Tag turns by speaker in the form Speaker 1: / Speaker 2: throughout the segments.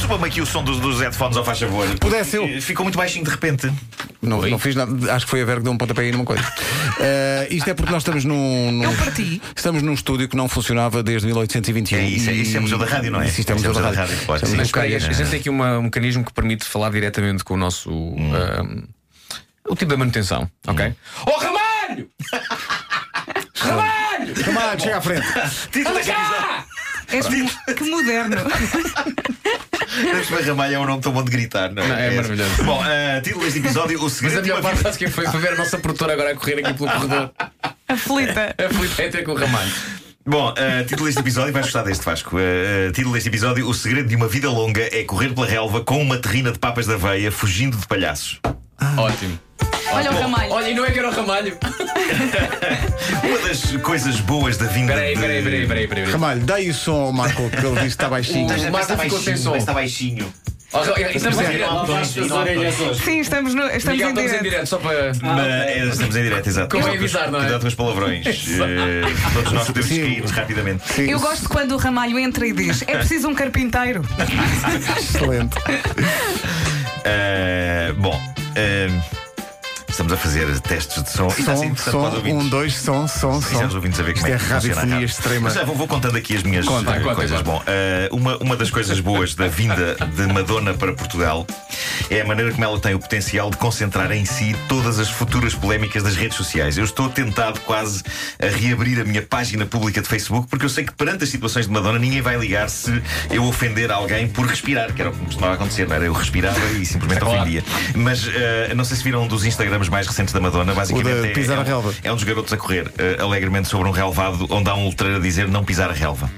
Speaker 1: Suba-me aqui o som dos, dos headphones, ao faz favor.
Speaker 2: é
Speaker 3: Pudesse eu.
Speaker 1: Ficou muito baixinho de repente.
Speaker 3: Não, não fiz nada. Acho que foi a Vera que deu um pontapé aí numa coisa. Eh, isto é porque nós estamos num, num-
Speaker 4: Eu parti.
Speaker 3: Estamos num estúdio que não funcionava desde 1821.
Speaker 1: É isso, é isso, é museu da rádio, não é?
Speaker 3: Isso, um isto é
Speaker 1: É
Speaker 3: museu da
Speaker 1: museu da
Speaker 3: rádio.
Speaker 1: rádio, claro.
Speaker 3: Isto é
Speaker 1: Sim,
Speaker 3: museu
Speaker 2: Mas
Speaker 3: da
Speaker 2: espera aí, a
Speaker 3: rádio.
Speaker 2: gente tem aqui uma- um mecanismo que permite falar diretamente com o nosso. ahm, o tipo da manutenção, ok? Oh, Ramalho! Ramalho!
Speaker 1: É.
Speaker 2: Ah!
Speaker 3: Camargo, chega à frente.
Speaker 1: Título
Speaker 2: Anda
Speaker 1: deste episódio.
Speaker 2: cá!
Speaker 4: És mo- que moderno.
Speaker 1: Mas Ramalho é um nome tão bom de gritar, não é?
Speaker 2: Não, é maravilhoso.
Speaker 1: Bom, eh, título deste episódio: O
Speaker 2: Mas
Speaker 1: Segredo
Speaker 2: a
Speaker 1: de uma
Speaker 2: melhor parte,
Speaker 1: Vida.
Speaker 2: sabes que foi? Foi ver a nossa produtora agora a correr aqui pelo corredor.
Speaker 4: Aflita.
Speaker 2: A Felipe é ter com o Ramalho.
Speaker 1: Bom, eh, título deste episódio, vais gostar deste Vasco. Eh, eh, título deste episódio: O segredo de uma vida longa é correr pela relva com uma terrina de papas da veia, fugindo de palhaços.
Speaker 2: Ótimo.
Speaker 4: Olha o ramalho.
Speaker 2: Olha, e não é que era o Ramalho.
Speaker 1: Uma das coisas boas da vinda.
Speaker 2: Peraí,
Speaker 1: de-
Speaker 2: peraí, peraí, peraí, peraí.
Speaker 3: Ramalho, dá aí o som ao Marco que ele disse que está baixinho.
Speaker 2: Mas-
Speaker 1: Mas está
Speaker 2: Marco ficou sem
Speaker 1: baixinho,
Speaker 2: som.
Speaker 1: mas está baixinho.
Speaker 2: Oh, Ra- Estamos em direto.
Speaker 4: Sim, estamos, no,
Speaker 2: Miguel,
Speaker 4: estamos em
Speaker 2: estamos em
Speaker 4: direto.
Speaker 2: direto, só para.
Speaker 1: Mas, é, Estamos em direto, exato.
Speaker 2: Convém
Speaker 1: Cuidado com os-
Speaker 2: avisar, não Ah, é?
Speaker 1: Cuidado com os palavrões. Eh, Todos nós podemos
Speaker 3: Sim.
Speaker 1: cair rapidamente.
Speaker 4: Eu gosto quando o ramalho entra e diz: é preciso um carpinteiro.
Speaker 3: Excelente.
Speaker 1: Eh, bom, eh, estamos a fazer testes de som. tá assim, Isto está a ser
Speaker 3: Som,
Speaker 1: interessante para os
Speaker 3: som,
Speaker 1: ouvintes.
Speaker 3: um, dois, som, som,
Speaker 1: Sim, já os
Speaker 3: som.
Speaker 1: ouvintes a ver
Speaker 3: Isto
Speaker 1: como
Speaker 3: é
Speaker 1: é que funciona a
Speaker 3: radiofonia
Speaker 1: rádio.
Speaker 3: extrema.
Speaker 1: Mas já vou, vou contando aqui as minhas
Speaker 3: Conta,
Speaker 1: eh,
Speaker 2: conta,
Speaker 1: coisas.
Speaker 2: conta.
Speaker 1: Bom, eh, uma, uma das coisas boas da vinda de Madonna para Portugal é a maneira como ela tem o potencial de concentrar em si todas as futuras polémicas das redes sociais. Eu estou tentado quase a reabrir a minha página pública de Facebook porque eu sei que perante as situações de Madonna ninguém vai ligar se eu ofender alguém por respirar, que era o que costumava acontecer, não era? Eu respirava e
Speaker 3: É
Speaker 1: simplesmente
Speaker 2: Claro.
Speaker 1: ofendia. Mas eh, não sei se viram um dos Instagrams mais recentes da Madonna, basicamente.
Speaker 3: O de
Speaker 1: é-
Speaker 3: pisar
Speaker 1: é
Speaker 3: a
Speaker 1: um-
Speaker 3: relva.
Speaker 1: é um dos garotos a correr eh, alegremente sobre um relvado onde há um letreiro a dizer não pisar a relva.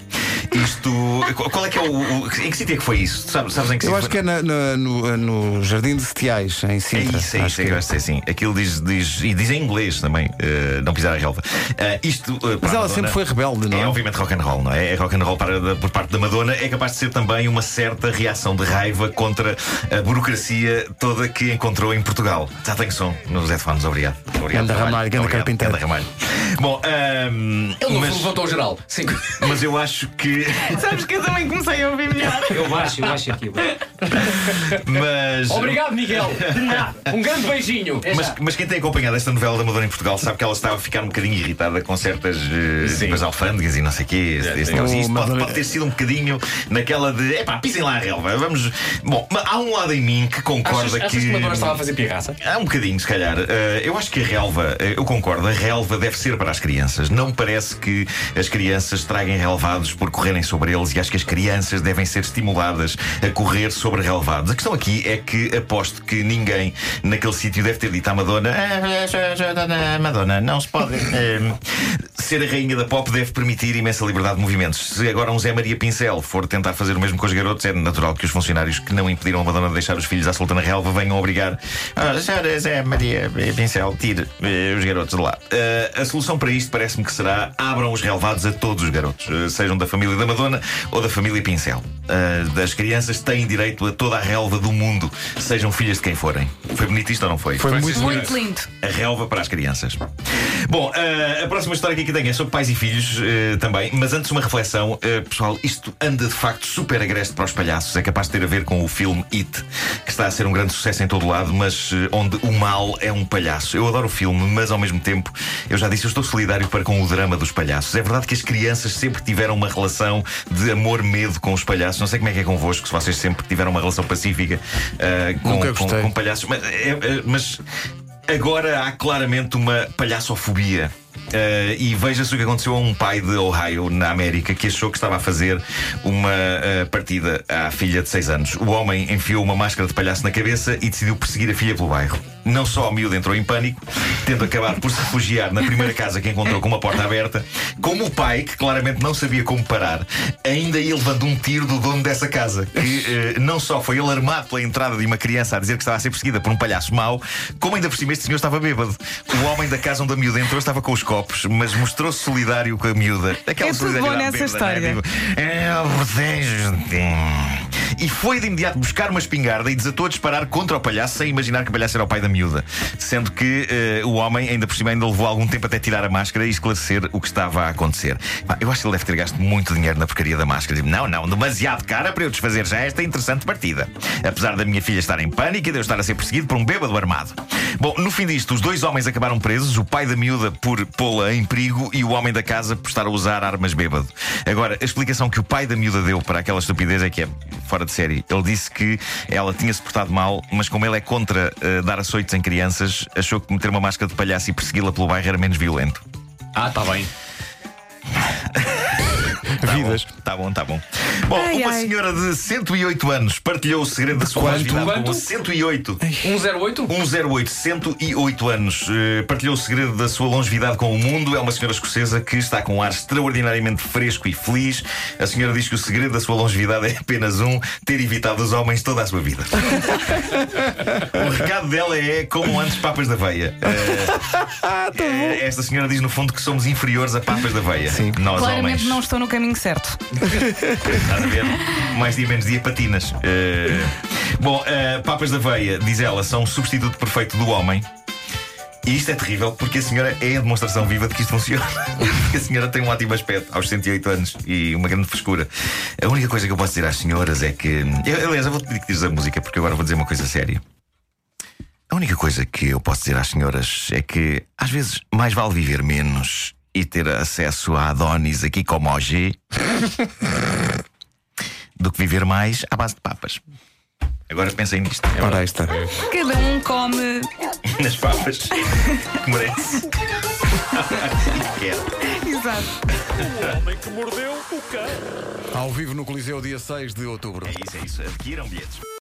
Speaker 1: Isto. qual- Qual é que é o. o- em que sítio é que foi isso? Tu Sabes, sabes em que
Speaker 3: Eu
Speaker 1: sítio foi?
Speaker 3: acho que é na- na- no, no Jardim de Setiais, em
Speaker 1: É
Speaker 3: Sintra.
Speaker 1: isso, é
Speaker 3: Acho
Speaker 1: isso, é
Speaker 3: que
Speaker 1: que eu acho que é assim. Aquilo diz, diz. E diz em inglês também, eh, não pisar a relva. Eh, isto. eh, para a
Speaker 3: Mas ela
Speaker 1: Madonna-
Speaker 3: sempre foi rebelde, não
Speaker 1: É
Speaker 3: é?
Speaker 1: obviamente rock and roll, não é? É rock and roll para- da- por parte da Madonna. É capaz de ser também uma certa reação de raiva contra a burocracia toda que encontrou em Portugal. Já tenho som nos headphones, obrigado. Obrigado.
Speaker 3: Ganda
Speaker 1: Ramalho.
Speaker 3: Ramalho, ganda
Speaker 1: Obrigado,
Speaker 3: carpinteiro.
Speaker 1: ganda Ramalho. Bom, ahm,
Speaker 2: Ele não
Speaker 1: mas,
Speaker 2: levantou o geral. Sim.
Speaker 1: mas eu acho que.
Speaker 4: Sabes que eu também comecei a ouvir melhor.
Speaker 5: Eu baixo, eu baixo aqui.
Speaker 1: Mas.
Speaker 2: Obrigado, Miguel. Um grande beijinho.
Speaker 1: Mas, mas quem tem acompanhado esta novela da Madonna em Portugal sabe que ela estava a ficar um bocadinho irritada com certas eh,
Speaker 2: Sim. É,
Speaker 1: tipo, as alfândegas e não sei o quê. esse- esse
Speaker 2: sim.
Speaker 1: negócio.
Speaker 3: Oh,
Speaker 1: E Isso pode,
Speaker 3: Madonna-
Speaker 1: pode ter sido um bocadinho naquela de epá, pisem lá a relva. Vamos. Bom, mas há um lado em mim que concorda
Speaker 2: Achas, achas
Speaker 1: que.
Speaker 2: que Madonna estava a fazer pirraça?
Speaker 1: Há um bocadinho, se calhar. Eh, eu acho que a relva, eh, eu concordo, a relva deve ser para as crianças. Não me parece que as crianças traguem relvados por correrem sobre eles e acho que as crianças devem ser estimuladas a correr sobre relvados. A questão aqui é que aposto que ninguém naquele sítio deve ter dito à Madonna: "Ah, já, já, dona Madonna, não se pode. eh, ser a rainha da pop deve permitir imensa liberdade de movimentos. Se agora um Zé Maria Pincel for tentar fazer o mesmo com os garotos, é natural que os funcionários que não impediram a Madonna de deixar os filhos à solta na relva venham obrigar. Ah, senhora Zé Maria Pincel, tire eh, os garotos de lá. Ah, a solução para isto parece-me que será abram os relevados a todos os garotos, eh, sejam da família da Madonna ou da família Pincel. Ah, das crianças têm direito a toda a relva do mundo, sejam filhas de quem forem. Foi bonito isto ou não foi?
Speaker 3: Foi muito
Speaker 4: Muito lindo.
Speaker 1: A relva para as crianças. Bom, eh, a próxima história que aqui tenho é sobre pais e filhos eh, também, mas antes uma reflexão. eh, pessoal, isto anda de facto super agreste para os palhaços. É capaz de ter a ver com o filme It, que está a ser um grande sucesso em todo lado, mas eh, onde o mal é um palhaço. Eu adoro o filme, mas ao mesmo tempo, eu já disse, eu estou solidário para com o drama dos palhaços. É verdade que as crianças sempre tiveram uma relação de amor-medo com os palhaços. Não sei como é que é convosco, se vocês sempre tiveram uma relação pacífica eh, com,
Speaker 3: Nunca
Speaker 1: com,
Speaker 3: gostei.
Speaker 1: com palhaços. Mas, é, é, mas agora há claramente uma palhaçofobia. Eh, e veja-se o que aconteceu a um pai de Ohio, na América, que achou que estava a fazer uma eh, partida à filha de 6 anos. O homem enfiou uma máscara de palhaço na cabeça e decidiu perseguir a filha pelo bairro. Não só a miúda entrou em pânico, tendo acabado por se refugiar na primeira casa que encontrou com uma porta aberta, como o pai, que claramente não sabia como parar, ainda ia levando um tiro do dono dessa casa, que eh, não só foi alarmado pela entrada de uma criança a dizer que estava a ser perseguida por um palhaço mau, como ainda por cima este senhor estava bêbado. O homem da casa onde a miúda entrou estava com os copos, mas mostrou-se solidário com a miúda. Aquela
Speaker 4: É tudo bom
Speaker 1: solidariedade
Speaker 4: nessa
Speaker 1: bêbada, não é?
Speaker 4: história.
Speaker 1: Tipo, "Eh, eu protejo-te." e foi de imediato buscar uma espingarda e desatou a disparar contra o palhaço sem imaginar que o palhaço era o pai da miúda. Sendo que eh, o homem, ainda por cima, ainda levou algum tempo até tirar a máscara e esclarecer o que estava a acontecer. Pá, eu acho que ele deve ter gasto muito dinheiro na porcaria da máscara. Digo, Não, não, demasiado cara para eu desfazer já esta interessante partida. Apesar da minha filha estar em pânico e de eu estar a ser perseguido por um bêbado armado. Bom, no fim disto, os dois homens acabaram presos, o pai da miúda por pô-la em perigo e o homem da casa por estar a usar armas bêbado. Agora, a explicação que o pai da miúda deu para aquela estupidez é que é fora de série. Ele disse que ela tinha-se portado mal, mas como ele é contra eh, dar açoites em crianças, achou que meter uma máscara de palhaço e persegui-la pelo bairro era menos violento.
Speaker 2: Ah, está bem.
Speaker 1: Tá
Speaker 3: Vidas.
Speaker 1: Bom, tá bom, tá bom. Bom,
Speaker 4: Ai,
Speaker 1: uma
Speaker 4: ai.
Speaker 1: senhora de 108 anos partilhou o segredo da sua
Speaker 2: Quanto?
Speaker 1: longevidade com
Speaker 2: Quanto?
Speaker 1: 108.
Speaker 2: 108?
Speaker 1: 108, 108 anos. Eh, Partilhou o segredo da sua longevidade com o mundo. É uma senhora escocesa que está com um ar extraordinariamente fresco e feliz. A senhora diz que o segredo da sua longevidade é apenas um: ter evitado os homens toda a sua vida. o recado dela é como antes papas da veia. Eh, eh, Esta senhora diz, no fundo, que somos inferiores a papas da veia. Nós,
Speaker 4: Claramente
Speaker 1: homens.
Speaker 4: não estou no caminho certo.
Speaker 1: Estás a ver? Mais dia menos dia patinas. Eh, bom, eh, papas da veia, diz ela, são um substituto perfeito do homem. E isto é terrível porque a senhora é a demonstração viva de que isto funciona. Porque a senhora tem um ótimo aspecto aos 108 anos e uma grande frescura. A única coisa que eu posso dizer às senhoras é que. Eu, aliás, eu vou pedir que dizes a música porque agora vou dizer uma coisa séria. A única coisa que eu posso dizer às senhoras é que às vezes mais vale viver menos e ter acesso a Adonis aqui como OG do que viver mais à base de papas. Agora pensem nisto. é
Speaker 3: Ora, aí está.
Speaker 4: Cada um come.
Speaker 1: Nas papas. Que merece. É, Quero.
Speaker 4: Exato.
Speaker 3: Ao vivo no Coliseu, dia 6 de outubro.
Speaker 1: É isso, é isso. Adquiram bilhetes.